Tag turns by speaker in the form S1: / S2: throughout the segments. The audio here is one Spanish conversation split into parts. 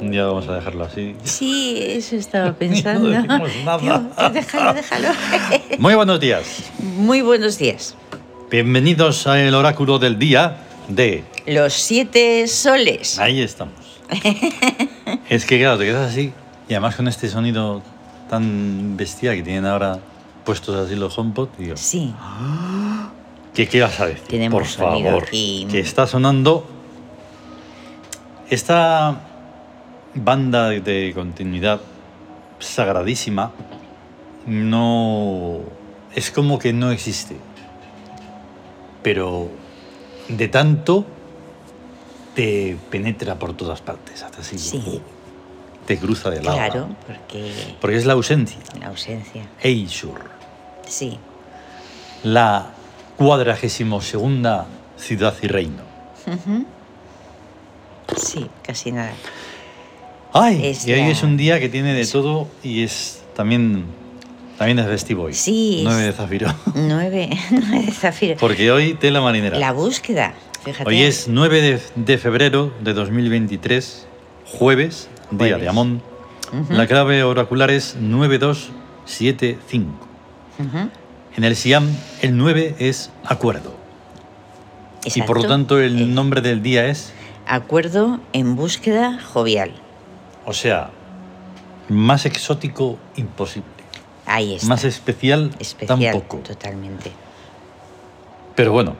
S1: Un día vamos a dejarlo así.
S2: Sí, eso estaba pensando.
S1: decimos nada.
S2: Digo, "Eh, déjalo, déjalo.
S1: Muy buenos días.
S2: Muy buenos días.
S1: Bienvenidos al oráculo del día de...
S2: Los siete soles.
S1: Ahí estamos. Es que claro, te quedas así. Y además con este sonido tan bestial que tienen ahora puestos así los HomePod. Digo,
S2: Sí,
S1: Ah, ¿qué, qué vas a decir?
S2: Tenemos
S1: Por
S2: sonido
S1: favor.
S2: aquí.
S1: Que está sonando esta banda de continuidad sagradísima. No... Es como que no existe. Pero de tanto te penetra por todas partes. Hasta así.
S2: sí,
S1: Te cruza de lado.
S2: claro, porque
S1: Porque es la ausencia.
S2: la ausencia.
S1: Einsur,
S2: Sí,
S1: la cuadragésimo segunda ciudad y reino.
S2: sí, casi nada.
S1: ¡Ay!
S2: Es
S1: y hoy
S2: la-
S1: es un día que tiene de todo y es también, también es festivo hoy.
S2: Sí, es-
S1: 9 de zafiro.
S2: Nueve, nueve de zafiro.
S1: Porque hoy tela marinera.
S2: La búsqueda, fíjate.
S1: Hoy es 9 de, de febrero de 2023, jueves, día
S2: Jueves.
S1: de Amón.
S2: Ujú.
S1: La clave oracular es 9275.
S2: Ujú,
S1: En el Siam, el 9 es acuerdo. Y por lo
S2: exacto.
S1: tanto,
S2: Eh,
S1: el nombre del día es
S2: Acuerdo en búsqueda jovial.
S1: O sea, más exótico imposible.
S2: Ahí está.
S1: Más especial,
S2: especial,
S1: tampoco.
S2: totalmente.
S1: Pero bueno,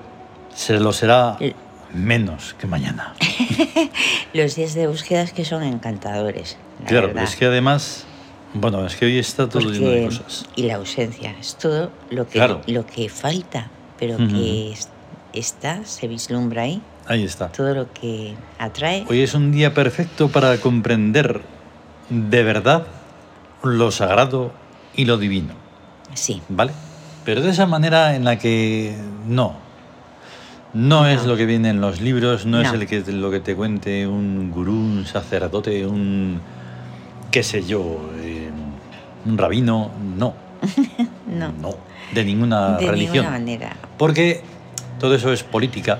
S1: se lo será
S2: L-
S1: menos que mañana.
S2: Los días de búsquedas que son encantadores. la
S1: claro,
S2: verdad.
S1: es que además, bueno, es que hoy está todo lleno de
S2: Porque-
S1: cosas.
S2: Y la ausencia, es todo lo que,
S1: Claro.
S2: lo que falta, pero
S1: Ujú.
S2: que es- está, se vislumbra ahí,
S1: Ahí está.
S2: todo lo que atrae.
S1: Hoy es un día perfecto para comprender de verdad lo sagrado y lo divino,
S2: Sí,
S1: ¿vale? Pero de esa manera en la que no. No, es
S2: No.
S1: lo que viene en los libros, no, es
S2: No.
S1: el que, lo que te cuente un gurú, un sacerdote, un qué sé yo, eh, un rabino, no.
S2: no,
S1: de ninguna
S2: de
S1: religión.
S2: ninguna manera.
S1: Porque todo eso es política.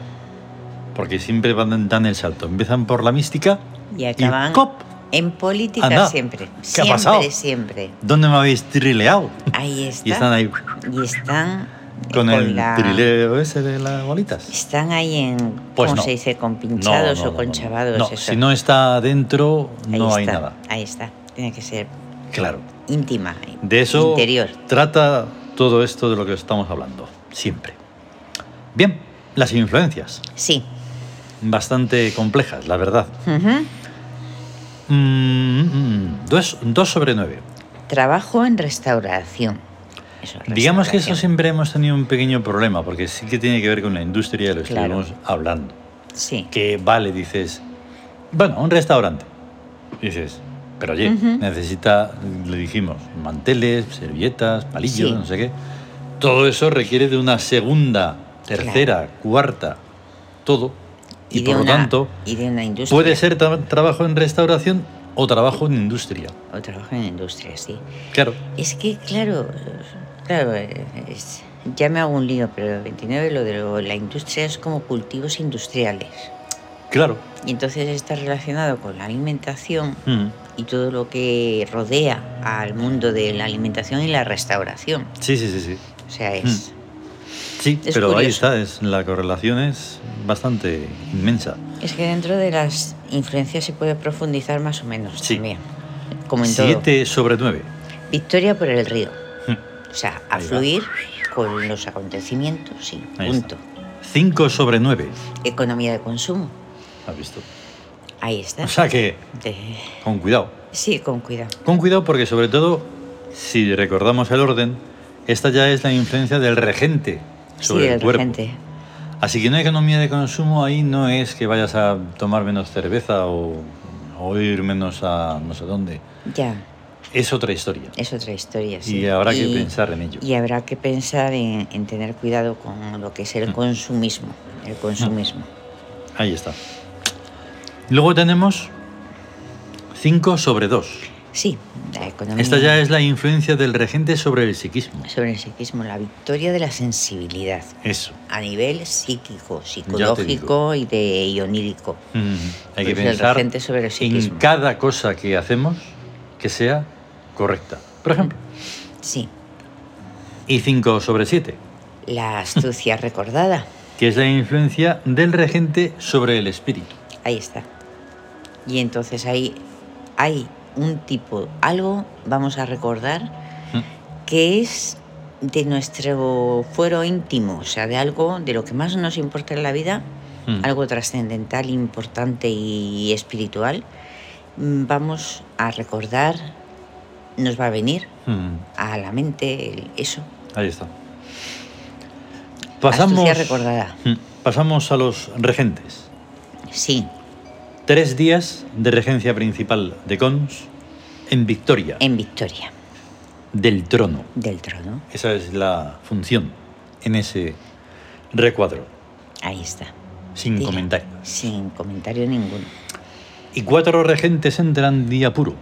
S1: Porque siempre van, dan el salto. Empiezan por la mística
S2: Y acaban
S1: cop.
S2: en política
S1: Anda,
S2: siempre.
S1: ¿qué ha
S2: siempre,
S1: pasado?
S2: siempre.
S1: ¿Dónde me habéis trileado?
S2: Ahí está.
S1: Y están ahí
S2: Y están, eh,
S1: con el
S2: la-
S1: trileo ese de las bolitas.
S2: Están ahí en,
S1: Pues
S2: ¿cómo
S1: no.
S2: se dice? Con pinchados
S1: No, no,
S2: o
S1: no,
S2: con
S1: no.
S2: chavados.
S1: No,
S2: eso.
S1: si no está dentro,
S2: Ahí
S1: no hay
S2: está,
S1: nada.
S2: Ahí está. Tiene que ser
S1: Claro.
S2: íntima.
S1: De eso
S2: Interior.
S1: trata todo esto de lo que estamos hablando. Siempre. Bien, las influencias.
S2: Sí.
S1: Bastante complejas, la verdad.
S2: Ujú.
S1: Mm, mm, dos, dos sobre nueve.
S2: Trabajo en restauración. Eso,
S1: Digamos que eso
S2: restauración.
S1: siempre hemos tenido un pequeño problema, porque sí que tiene que ver con la industria de lo que
S2: Claro.
S1: estuvimos hablando.
S2: Sí.
S1: Que vale, dices, bueno, un restaurante. Dices, pero oye,
S2: Ujú.
S1: necesita, le dijimos, manteles, servietas, palillos,
S2: Sí.
S1: no sé qué. Todo eso requiere de una segunda, tercera, cuarta, todo. Y,
S2: de
S1: por lo
S2: una-
S1: tanto,
S2: Y de una industria.
S1: puede ser tra- trabajo en restauración o trabajo en industria.
S2: O trabajo en industria, sí.
S1: Claro,
S2: Es que, claro, claro, eh, es- ya me hago un lío, pero el 29 lo de lo- la industria es como cultivos industriales.
S1: claro.
S2: Y entonces está relacionado con la alimentación
S1: Mm.
S2: y todo lo que rodea al mundo de la alimentación y la restauración.
S1: Sí, sí, sí, sí.
S2: O sea, es.
S1: Sí,
S2: Es
S1: pero ahí
S2: curioso.
S1: está, es, la correlación es bastante inmensa.
S2: Es que dentro de las influencias se puede profundizar más o menos
S1: Sí.
S2: también. Como en todo.
S1: Siete sobre nueve.
S2: Victoria por el río.
S1: Hmm.
S2: O sea, a
S1: Ahí va.
S2: fluir con los acontecimientos, sí.
S1: Ahí
S2: Punto.
S1: está. Cinco sobre nueve.
S2: Economía de consumo.
S1: ¿Has visto?
S2: Ahí está.
S1: O sea que,
S2: De-
S1: con cuidado.
S2: Sí, con cuidado.
S1: Con cuidado porque sobre todo, si recordamos el orden, esta ya es la influencia del regente sobre
S2: sí,
S1: el, cuerpo.
S2: regente.
S1: Así que una economía de consumo ahí no es que vayas a tomar menos cerveza o, o ir menos a no sé dónde.
S2: Ya,
S1: Es otra historia.
S2: es otra historia. sí.
S1: Y habrá que pensar en ello.
S2: Y habrá que pensar en, en tener cuidado con lo que es
S1: Mm.
S2: el consumismo. El consumismo.
S1: Ahí está. Luego tenemos 5 sobre 2.
S2: Sí, la economía.
S1: Esta ya es la influencia del regente sobre el psiquismo.
S2: Sobre el psiquismo, la victoria de la sensibilidad
S1: Eso.
S2: a nivel psíquico, psicológico y de ionírico.
S1: Mm, Hay que
S2: Pues el
S1: pensar
S2: regente sobre el
S1: en
S2: psiquismo.
S1: cada cosa que hacemos que sea correcta. Por ejemplo,
S2: Sí,
S1: y 5 sobre 7,
S2: la astucia recordada.
S1: que es la influencia del regente sobre el espíritu.
S2: Ahí está. Y entonces ahí hay un tipo, algo vamos a recordar
S1: Mm.
S2: que es de nuestro fuero íntimo, o sea, de algo de lo que más nos importa en la vida,
S1: Mm.
S2: algo trascendental, importante y espiritual. Mm, Vamos a recordar, nos va a venir
S1: Mm,
S2: a la mente el- eso.
S1: Ahí está.
S2: Astucia
S1: Pasamos,
S2: recordada.
S1: Mm, pasamos a los regentes.
S2: Sí,
S1: Tres días de regencia principal de Cons en Victoria
S2: en victoria
S1: del trono.
S2: del trono.
S1: Esa es la función en ese recuadro,
S2: Ahí está.
S1: sin
S2: Dile.
S1: comentarios.
S2: Sin comentario ninguno.
S1: Y cuatro regentes entran día puro.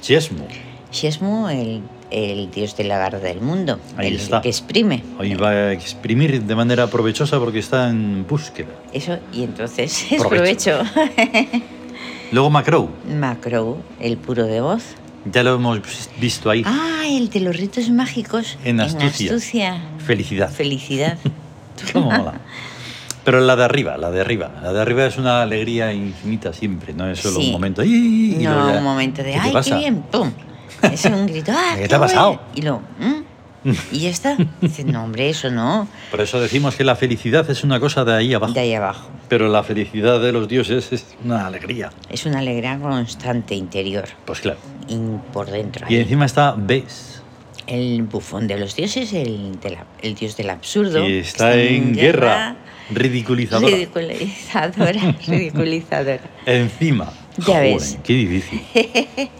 S1: Chiesmo.
S2: Shesmu, el, el dios de la garra del mundo,
S1: Ahí
S2: el
S1: está.
S2: que exprime.
S1: Hoy va a exprimir de manera provechosa porque está en búsqueda.
S2: Eso, y entonces es
S1: Provecho.
S2: provecho.
S1: Luego Macrow.
S2: Macro, el puro de voz.
S1: Ya lo hemos visto ahí.
S2: Ah, el de los ritos mágicos.
S1: En astucia.
S2: astucia.
S1: Felicidad.
S2: Felicidad.
S1: ¿Cómo mola? Pero la de arriba, la de arriba. La de arriba es una alegría infinita siempre, no es solo
S2: Sí.
S1: un momento. ¡Ih! y luego
S2: no,
S1: ya,
S2: un momento de,
S1: ¿qué te
S2: ay, qué
S1: pasa?".
S2: bien, pum. Es un grito, ah,
S1: ¿Qué te ha
S2: bueno".
S1: pasado?
S2: Y luego, "Mm". Y ya está. Dice, no, hombre, eso no.
S1: Por eso decimos que la felicidad es una cosa de ahí abajo.
S2: De ahí abajo.
S1: Pero la felicidad de los dioses es una alegría.
S2: Es una alegría constante interior.
S1: Pues claro.
S2: Y por dentro.
S1: Y
S2: ahí.
S1: encima está Bes,
S2: El bufón de los dioses, el, de la- el dios del absurdo.
S1: que
S2: que
S1: está en guerra, ridiculizadora.
S2: Ridiculizadora, ridiculizadora.
S1: Encima.
S2: Ya
S1: Joder,
S2: ves.
S1: Qué difícil.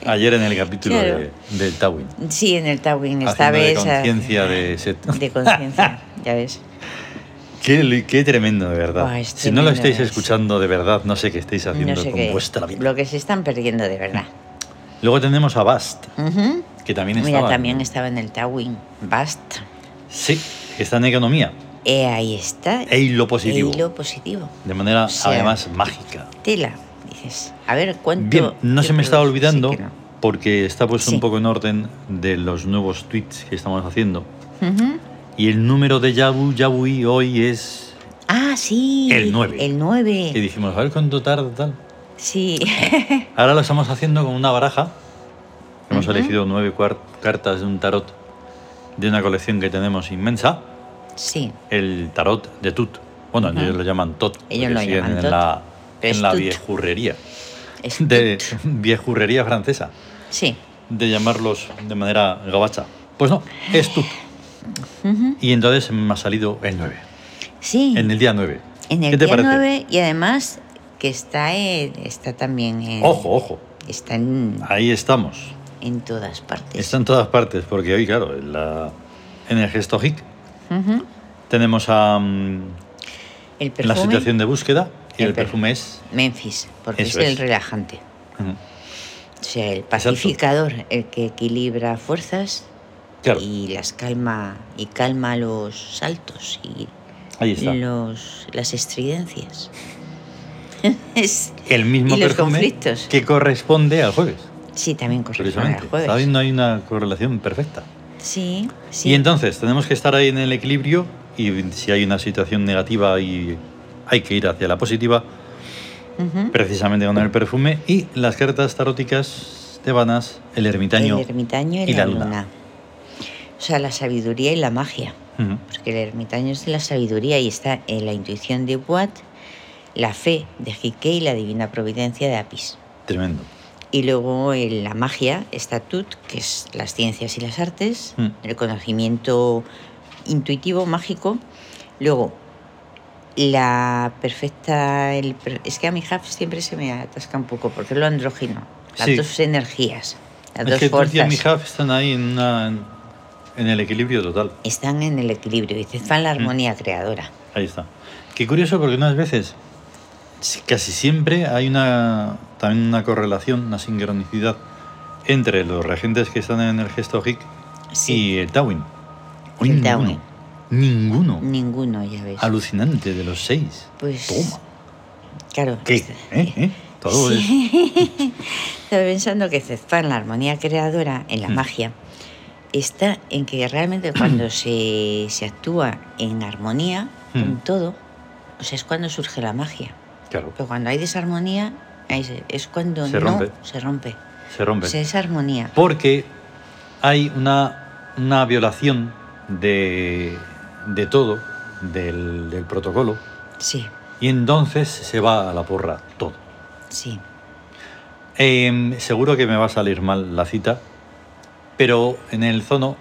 S1: Ayer en el capítulo
S2: Claro.
S1: de, del Tawin.
S2: Sí, en el Tawin esta
S1: haciendo de
S2: vez. a-
S1: conciencia
S2: eh.
S1: de Set.
S2: de conciencia, ya ves.
S1: Qué, li- qué tremendo, de verdad.
S2: Buah, es
S1: si no lo
S2: tremendo,
S1: estáis
S2: sí.
S1: escuchando de verdad, no sé qué estáis haciendo
S2: No sé
S1: con
S2: qué.
S1: vuestra vida.
S2: Lo que se están perdiendo de verdad.
S1: Luego tenemos a Bast,
S2: Ujú.
S1: que también estaba.
S2: Mira, también estaba en el Tawin. Basta.
S1: Sí, que está en economía.
S2: Eh, ahí está.
S1: E hilo positivo.
S2: El hilo positivo.
S1: De manera,
S2: sea,
S1: además, mágica.
S2: Tela. Dices, a ver, ¿cuánto?
S1: Bien, no
S2: qué
S1: se me está
S2: produce? Sí
S1: olvidando,
S2: que no.
S1: porque está puesto un
S2: Sí.
S1: poco en orden de los nuevos tweets que estamos haciendo.
S2: Ujú.
S1: Y el número de Yabu Yabui hoy es.
S2: Ah, sí.
S1: El nueve.
S2: El
S1: Que
S2: 9.
S1: dijimos, a ver cuánto tarda tal.
S2: Sí.
S1: Ahora lo estamos haciendo con una baraja. Hemos
S2: Ujú.
S1: elegido nueve cuar- cartas de un tarot de una colección que tenemos inmensa.
S2: sí.
S1: El tarot de Tut. Bueno,
S2: Ujú.
S1: ellos lo llaman Tot.
S2: Ellos
S1: porque
S2: lo
S1: siguen
S2: llaman
S1: en
S2: Tot.
S1: la,
S2: Pero
S1: en
S2: es
S1: la
S2: Tut.
S1: viejurrería.
S2: Es
S1: De,
S2: tut.
S1: viejurrería francesa.
S2: Sí.
S1: de llamarlos de manera gabacha. Pues no, es tú.
S2: Ujú.
S1: Y entonces me ha salido el 9,
S2: Sí.
S1: en el día 9.
S2: En el
S1: ¿Qué te
S2: día
S1: parece?
S2: 9 y además que está, en- está también en...
S1: Ojo, ojo,
S2: Está en,
S1: ahí estamos.
S2: en todas partes.
S1: Está en todas partes, porque hoy, claro, en, la- en el gesto hic
S2: Ujú.
S1: tenemos a, mm,
S2: El
S1: la
S2: perfume,
S1: situación de búsqueda y el,
S2: El
S1: perfume es...
S2: Memphis, porque
S1: Eso
S2: es el
S1: es.
S2: relajante.
S1: mm,
S2: O sea, el pacificador, el que equilibra fuerzas
S1: Claro,
S2: y las calma y calma los saltos y
S1: ahí está.
S2: los, las estridencias. Es-
S1: El mismo
S2: y los
S1: perfume
S2: conflictos.
S1: que corresponde al jueves,
S2: sí, también corresponde
S1: curiosamente.
S2: al jueves.
S1: Está bien, No hay una correlación perfecta.
S2: Sí, sí.
S1: Y entonces tenemos que estar ahí en el equilibrio y si hay una situación negativa y hay que ir hacia la positiva,
S2: Ujú.
S1: precisamente con el perfume y las cartas taróticas tebanas, el ermitaño.
S2: El ermitaño y,
S1: Este y la
S2: la,
S1: luna.
S2: luna. O sea, la sabiduría y la magia.
S1: Ujú.
S2: Porque el ermitaño es de la sabiduría y está en la intuición de Watt, la fe de Jique y la divina providencia de Apis.
S1: Tremendo.
S2: Y luego en la magia está Tut, que es las ciencias y las artes,
S1: Mm.
S2: el conocimiento intuitivo, mágico. Luego, la perfecta... el per- es que a mi Haf siempre se me atasca un poco, porque es lo andrógino. Las
S1: Sí.
S2: dos energías, las
S1: es
S2: dos
S1: que Tut y
S2: fuerzas.
S1: Mihaf están ahí en, una- en el equilibrio total.
S2: están en el equilibrio y están la armonía creadora.
S1: Ahí está. Qué curioso porque unas veces, casi siempre hay una también una correlación, una sincronicidad entre los regentes que están en el gesto hic
S2: Sí.
S1: y el Tawin. Hoy
S2: El
S1: ninguno.
S2: Tawin.
S1: Ninguno.
S2: Ninguno, ya ves.
S1: Alucinante de los seis.
S2: Pues-
S1: Toma.
S2: Claro.
S1: ¿Qué?
S2: está-
S1: ¿Eh? ¿Eh? Todo
S2: Estaba pensando que Cezpan, la armonía creadora en la
S1: Mm.
S2: magia, está en que realmente cuando se, se actúa en armonía con
S1: Mm.
S2: todo, o sea, es cuando surge la magia.
S1: es. Claro.
S2: Pero cuando hay desarmonía, ahí se- es cuando
S1: Se
S2: no
S1: rompe.
S2: se rompe.
S1: Se
S2: O
S1: rompe.
S2: sea, es armonía.
S1: Porque hay una, una violación de, de todo, del, del protocolo,
S2: Sí,
S1: y entonces se va a la porra todo.
S2: sí.
S1: Em, seguro que me va a salir mal la cita, pero en el zono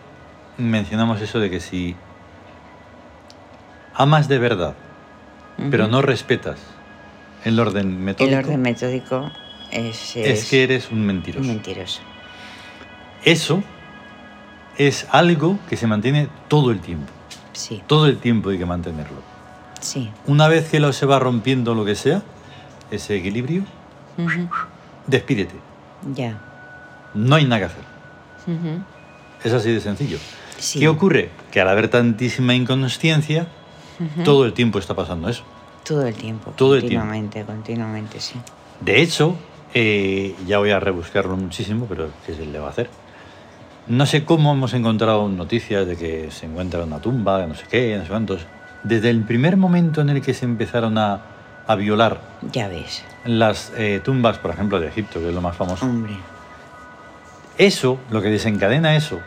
S1: mencionamos eso de que si amas de verdad, pero
S2: Ujú.
S1: no respetas el orden metódico,
S2: El orden metódico es,
S1: es que eres un mentiroso.
S2: un mentiroso.
S1: Eso es algo que se mantiene todo el tiempo.
S2: Sí,
S1: Todo el tiempo hay que mantenerlo.
S2: sí.
S1: Una vez que lo se va rompiendo lo que sea, ese equilibrio,
S2: Ujú.
S1: despídete.
S2: Ya.
S1: No hay nada que hacer.
S2: Ujú.
S1: Es así de sencillo.
S2: Sí.
S1: ¿Qué ocurre? Que al haber tantísima inconsciencia,
S2: Ujú.
S1: todo el tiempo está pasando eso.
S2: Todo el tiempo.
S1: Todo el tiempo.
S2: continuamente, continuamente, sí.
S1: De hecho, eh, ya voy a rebuscarlo muchísimo, pero ¿qué se le va a hacer? No sé cómo hemos encontrado noticias de que se encuentra una tumba, no sé qué, no sé cuántos. Desde el primer momento en el que se empezaron a, a violar
S2: Ya ves.
S1: las eh, tumbas, por ejemplo, de Egipto, que es lo más famoso,
S2: Hombre.
S1: Eso, lo que desencadena eso,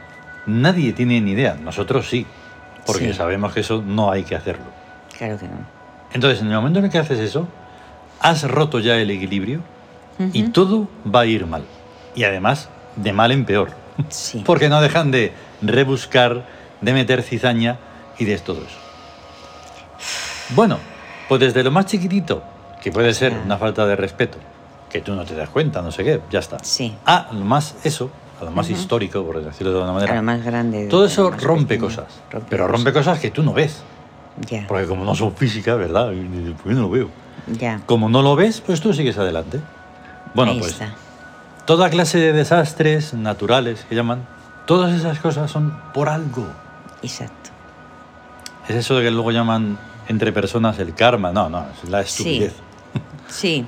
S1: nadie tiene ni idea. Nosotros sí, porque
S2: Sí.
S1: sabemos que eso no hay que hacerlo.
S2: Claro que no.
S1: Entonces, en el momento en el que haces eso, has roto ya el equilibrio y
S2: Ujú.
S1: todo va a ir mal. Y además, de mal en peor.
S2: Sí.
S1: Porque no dejan de rebuscar, de meter cizaña y de todo eso. Bueno, pues desde lo más chiquitito, que puede ser
S2: Ya.
S1: una falta de respeto, que tú no te das cuenta, no sé qué, ya está.
S2: Sí.
S1: A lo más eso, a lo más
S2: Ujú.
S1: histórico, por decirlo de alguna
S2: A
S1: manera.
S2: lo más grande.
S1: Todo
S2: a lo
S1: eso
S2: más
S1: rompe
S2: pequeño.
S1: cosas, pero rompe cosas que tú no ves.
S2: Ya.
S1: Porque como no son físicas, ¿verdad? Y dices, "Pues yo no lo veo.
S2: Ya.
S1: Como no lo ves, pues tú sigues adelante. Bueno,
S2: Ahí
S1: pues
S2: está.
S1: toda clase de desastres naturales que llaman, todas esas cosas son por algo.
S2: Exacto.
S1: Es eso de que luego llaman entre personas el karma. No, no, es la
S2: Sí.
S1: estupidez.
S2: Sí.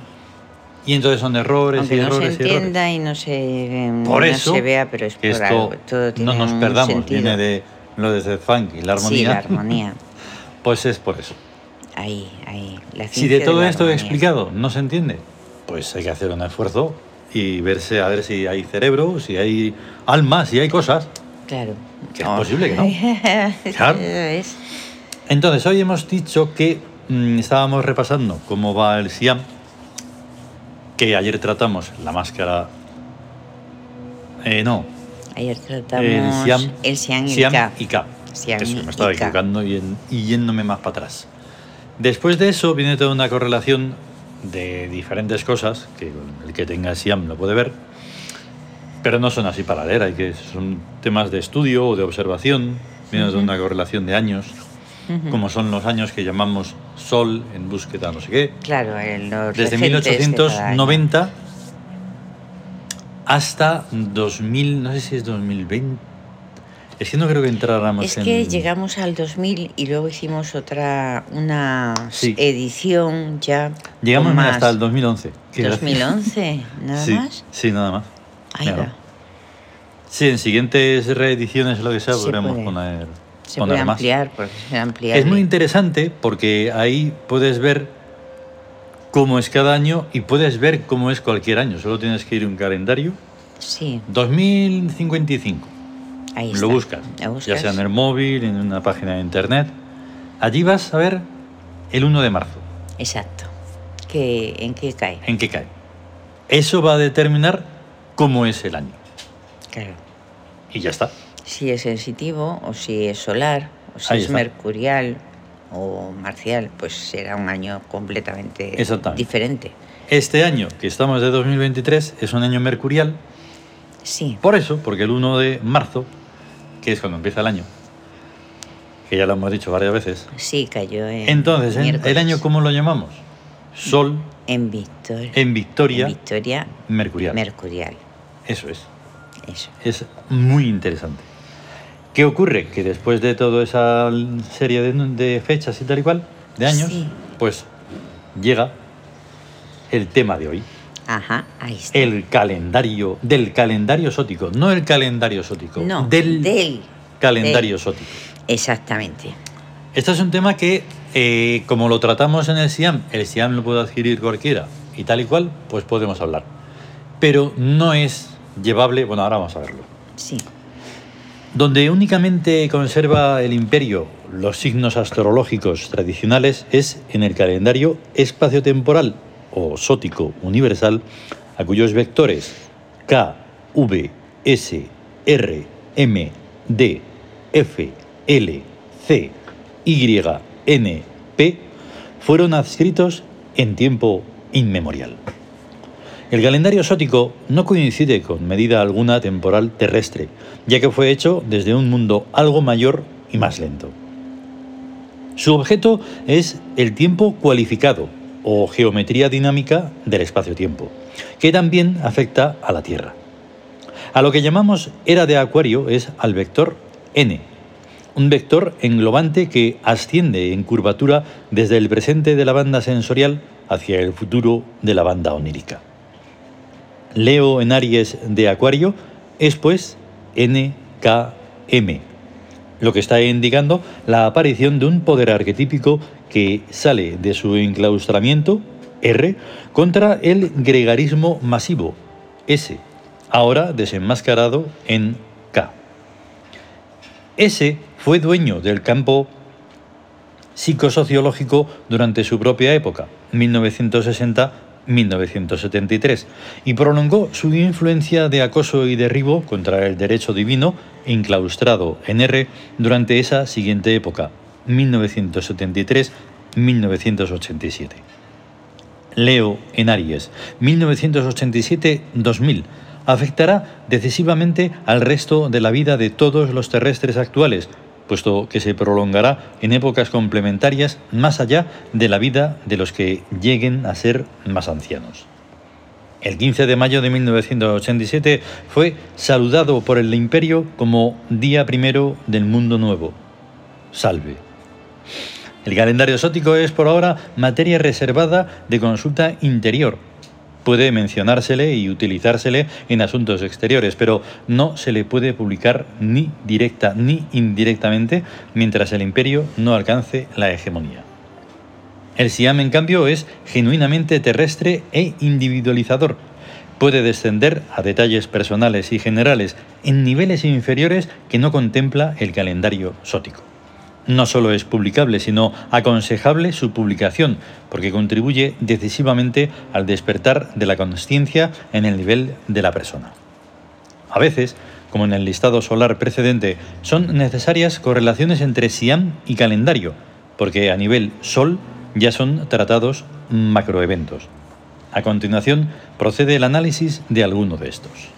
S1: Y entonces son errores
S2: Aunque
S1: y
S2: no se
S1: errores y errores.
S2: entienda y no se, mm,
S1: Por
S2: no
S1: eso
S2: se vea, pero es
S1: que
S2: por
S1: esto
S2: algo. Todo tiene
S1: no nos
S2: un
S1: perdamos,
S2: sentido.
S1: viene de lo de Zed Funk y la armonía.
S2: Sí, la armonía.
S1: Pues es por eso.
S2: Ahí, ahí. La
S1: Si
S2: ciencia
S1: de todo
S2: la
S1: esto
S2: armonía.
S1: explicado no se entiende, pues hay que hacer un esfuerzo y verse a ver si hay cerebro, si hay alma, si hay cosas.
S2: Claro.
S1: Que es posible que no. Claro.
S2: Es-
S1: Entonces, hoy hemos dicho que mm, estábamos repasando cómo va el Siam, que ayer tratamos la máscara... Eh, no,
S2: Ayer
S1: el
S2: tratamos
S1: Siam,
S2: el Siam y el
S1: Siam
S2: Ka.
S1: y Ka.
S2: Siam
S1: Eso, me
S2: y
S1: estaba
S2: Ka.
S1: equivocando y, en- y yéndome más para atrás. Después de eso viene toda una correlación de diferentes cosas, que el que tenga Siam lo puede ver, pero no son así para leer, hay que, son temas de estudio o de observación, viene toda una correlación de años,
S2: Ujú.
S1: como son los años que llamamos Sol en búsqueda no sé qué,
S2: Claro, el- los
S1: desde
S2: regentes de cada año.
S1: 1890 hasta 2000, no sé si es 2020. Es que no creo que entráramos
S2: Es
S1: en...
S2: que llegamos al 2000 y luego hicimos otra, una
S1: Sí.
S2: edición ya.
S1: Llegamos
S2: con
S1: mira,
S2: más.
S1: hasta el 2011. Qué gracia.
S2: 2011, nada
S1: sí,
S2: más.
S1: Sí, nada más.
S2: Ahí
S1: Claro.
S2: va.
S1: Sí, en siguientes reediciones, lo que sea,
S2: Se
S1: podremos
S2: puede.
S1: poner,
S2: Se
S1: poner
S2: puede
S1: más.
S2: ampliar, porque se ampliar.
S1: Es muy interesante porque ahí puedes ver cómo es cada año y puedes ver cómo es cualquier año. Solo tienes que ir a un calendario.
S2: Sí,
S1: 2055.
S2: ahí está.
S1: Lo buscas,
S2: Lo
S1: ya
S2: buscas.
S1: sea en el móvil, en una página de internet. Allí vas a ver el 1 de marzo,
S2: Exacto. Que, ¿En qué cae?
S1: en qué cae. Eso va a determinar cómo es el año.
S2: Claro.
S1: Y ya está.
S2: Si es sensitivo, o si es solar, o si
S1: Ahí
S2: es
S1: está.
S2: mercurial o marcial, pues será un año completamente
S1: Exactamente.
S2: diferente.
S1: Este año, que estamos de 2023, es un año mercurial.
S2: Sí,
S1: Por eso, porque el 1 de marzo, que es cuando empieza el año, que ya lo hemos dicho varias veces.
S2: sí cayó en.
S1: Entonces, ¿en-
S2: miércoles.
S1: ¿el año cómo lo llamamos? Sol
S2: En Victoria.
S1: en Victoria
S2: En Victoria
S1: mercurial.
S2: Mercurial.
S1: Eso es.
S2: Eso.
S1: Es muy interesante. ¿Qué ocurre? Que después de toda esa serie de, de fechas y tal y cual, de años,
S2: Sí.
S1: pues llega el tema de hoy.
S2: Ajá, ahí está.
S1: El calendario, del calendario sótico, no el calendario sótico,
S2: No,
S1: del,
S2: del-
S1: calendario sótico.
S2: Exactamente.
S1: Este es un tema que, eh, como lo tratamos en el SIAM, el SIAM lo puede adquirir cualquiera y tal y cual, pues podemos hablar. Pero no es llevable, bueno, ahora vamos a verlo.
S2: Sí.
S1: Donde únicamente conserva el imperio los signos astrológicos tradicionales es en el calendario espaciotemporal o sótico universal, a cuyos vectores K, V, S, R, M, D, F, L, C, Y, N, P fueron adscritos en tiempo inmemorial. El calendario sótico no coincide con medida alguna temporal terrestre, ya que fue hecho desde un mundo algo mayor y más lento. Su objeto es el tiempo cualificado o geometría dinámica del espacio-tiempo, que también afecta a la Tierra. A lo que llamamos era de Acuario es al vector n, un vector englobante que asciende en curvatura desde el presente de la banda sensorial hacia el futuro de la banda onírica. Leo en Aries de Acuario es pues NKM, lo que está indicando la aparición de un poder arquetípico que sale de su enclaustramiento, R, contra el gregarismo masivo, S, ahora desenmascarado en K. S fue dueño del campo psicosociológico durante su propia época, 1960-1973, y prolongó su influencia de acoso y derribo contra el derecho divino enclaustrado en R durante esa siguiente época, 1973-1987. Leo en Aries, 1987-2000, afectará decisivamente al resto de la vida de todos los terrestres actuales, puesto que se prolongará en épocas complementarias más allá de la vida de los que lleguen a ser más ancianos. El 15 de mayo de 1987 fue saludado por el imperio como Día Primero del Mundo Nuevo. Salve. El calendario exótico es por ahora materia reservada de consulta interior. Puede mencionársele y utilizársele en asuntos exteriores, pero no se le puede publicar ni directa ni indirectamente mientras el imperio no alcance la hegemonía. El Siam, en cambio, es genuinamente terrestre e individualizador. Puede descender a detalles personales y generales en niveles inferiores que no contempla el calendario sótico. No solo es publicable, sino aconsejable su publicación, porque contribuye decisivamente al despertar de la conciencia en el nivel de la persona. A veces, como en el listado solar precedente, son necesarias correlaciones entre Siam y calendario, porque a nivel Sol ya son tratados macroeventos. A continuación, procede el análisis de alguno de estos.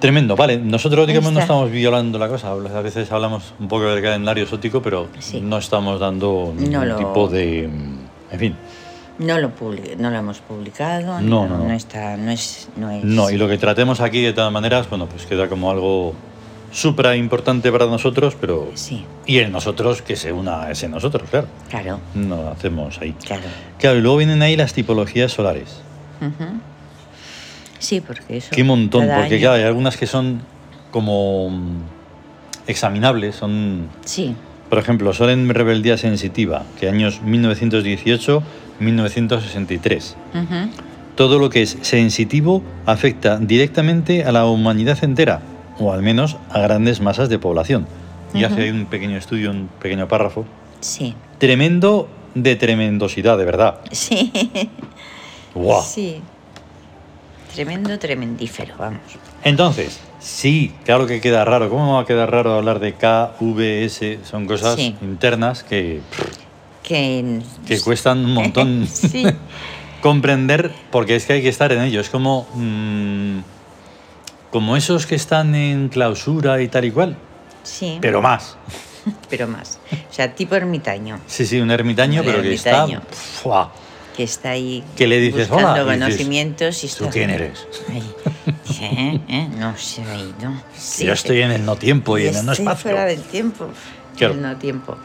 S1: Tremendo, vale. Nosotros, digamos, no
S2: está.
S1: estamos violando la cosa. A veces hablamos un poco del calendario exótico, pero
S2: Sí.
S1: no estamos dando ningún
S2: No lo-
S1: tipo de. mm, En fin,
S2: No lo, publi- no lo hemos publicado.
S1: No, no, no.
S2: está, no es, no es.
S1: No, y lo que tratemos aquí de todas maneras, bueno, pues queda como algo supra importante para nosotros, pero...
S2: Sí,
S1: Y en nosotros, que se una es en nosotros, claro.
S2: claro,
S1: No lo hacemos ahí.
S2: claro.
S1: Claro, y luego vienen ahí las tipologías solares.
S2: Ujú. Sí, porque eso.
S1: Qué montón,
S2: cada
S1: porque
S2: año-
S1: claro, hay algunas que son como mm, examinables, son...
S2: Sí,
S1: Por ejemplo, Sol en Rebeldía Sensitiva, que años 1918-1963.
S2: ujú,
S1: Todo lo que es sensitivo afecta directamente a la humanidad entera, o al menos a grandes masas de población. Y
S2: Ujú.
S1: hace ahí un pequeño estudio, un pequeño párrafo.
S2: sí,
S1: Tremendo de tremendosidad, de verdad.
S2: sí.
S1: ¡Guau!
S2: Sí. Tremendo, tremendífero, vamos.
S1: Entonces, sí, claro que queda raro. ¿Cómo va a quedar raro hablar de KVS? Son cosas
S2: Sí.
S1: internas que,
S2: Que,
S1: que cuestan un montón.
S2: sí,
S1: comprender, porque es que hay que estar en ello. Es como, mm, como esos que están en clausura y tal y cual,
S2: sí.
S1: pero más.
S2: pero más. O sea, tipo ermitaño.
S1: Sí, sí, un ermitaño,
S2: Un
S1: pero que
S2: ermitaño.
S1: está. ¡fua!
S2: que está ahí
S1: Que le dices,
S2: buscando
S1: "Hola", y dices,
S2: conocimientos y está-
S1: ¿Tú quién eres?
S2: Ay, dice, "Eh, eh, no sé, ay, no.
S1: Que Yo estoy en el no tiempo y en el no
S2: Estoy
S1: espacio.
S2: fuera del tiempo.
S1: Claro.
S2: El no tiempo.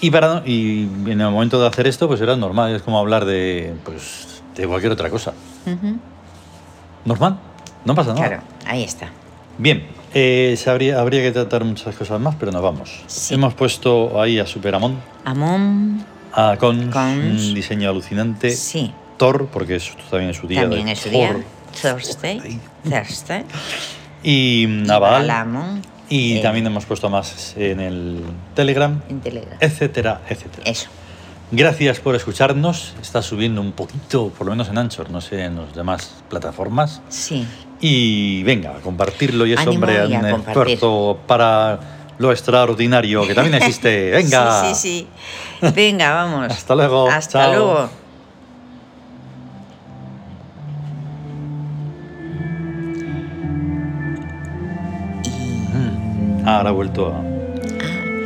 S1: Y, para, y en el momento de hacer esto, pues era normal, es como hablar de, pues, de cualquier otra cosa.
S2: Ujú,
S1: Normal, no pasa nada.
S2: Claro, ahí está.
S1: Bien, eh, se habría, habría que tratar muchas cosas más, pero nos vamos.
S2: Sí.
S1: Hemos puesto ahí a Superamón,
S2: Amón,
S1: a Cons,
S2: Cons.
S1: un diseño alucinante,
S2: sí,
S1: Thor, porque es, también es su día.
S2: también
S1: de
S2: es su
S1: Thor,
S2: día. Thursday. Thursday.
S1: Y
S2: y
S1: Naval.
S2: Balamón
S1: Y
S2: eh,
S1: también hemos puesto más en el Telegram,
S2: en Telegram.
S1: etcétera, etcétera.
S2: Eso.
S1: Gracias por escucharnos. Está subiendo un poquito, por lo menos en Anchor, no sé, en las demás plataformas.
S2: Sí.
S1: Y venga, a compartirlo y es
S2: Ánimo
S1: hombre
S2: y a
S1: un
S2: compartir.
S1: esfuerzo para lo extraordinario que también existe. Venga.
S2: Sí, sí, sí. Venga, vamos.
S1: Hasta luego.
S2: Hasta
S1: Chao.
S2: luego.
S1: Mm. Ahora ha vuelto a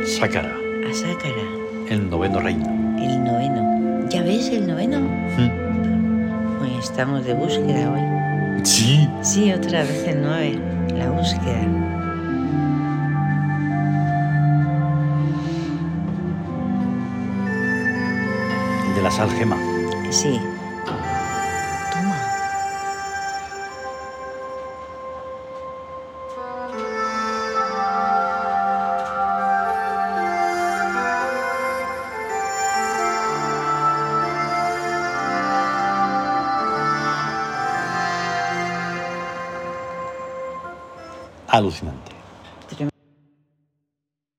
S1: Sakara,
S2: A Sácara,
S1: el noveno reino.
S2: Ah, el noveno. ¿Ya ves el noveno?
S1: Mm.
S2: Hoy estamos de búsqueda hoy.
S1: Sí.
S2: Sí, otra vez el nueve. La búsqueda.
S1: El de la sal gema.
S2: Sí. Toma.
S1: Alucinante.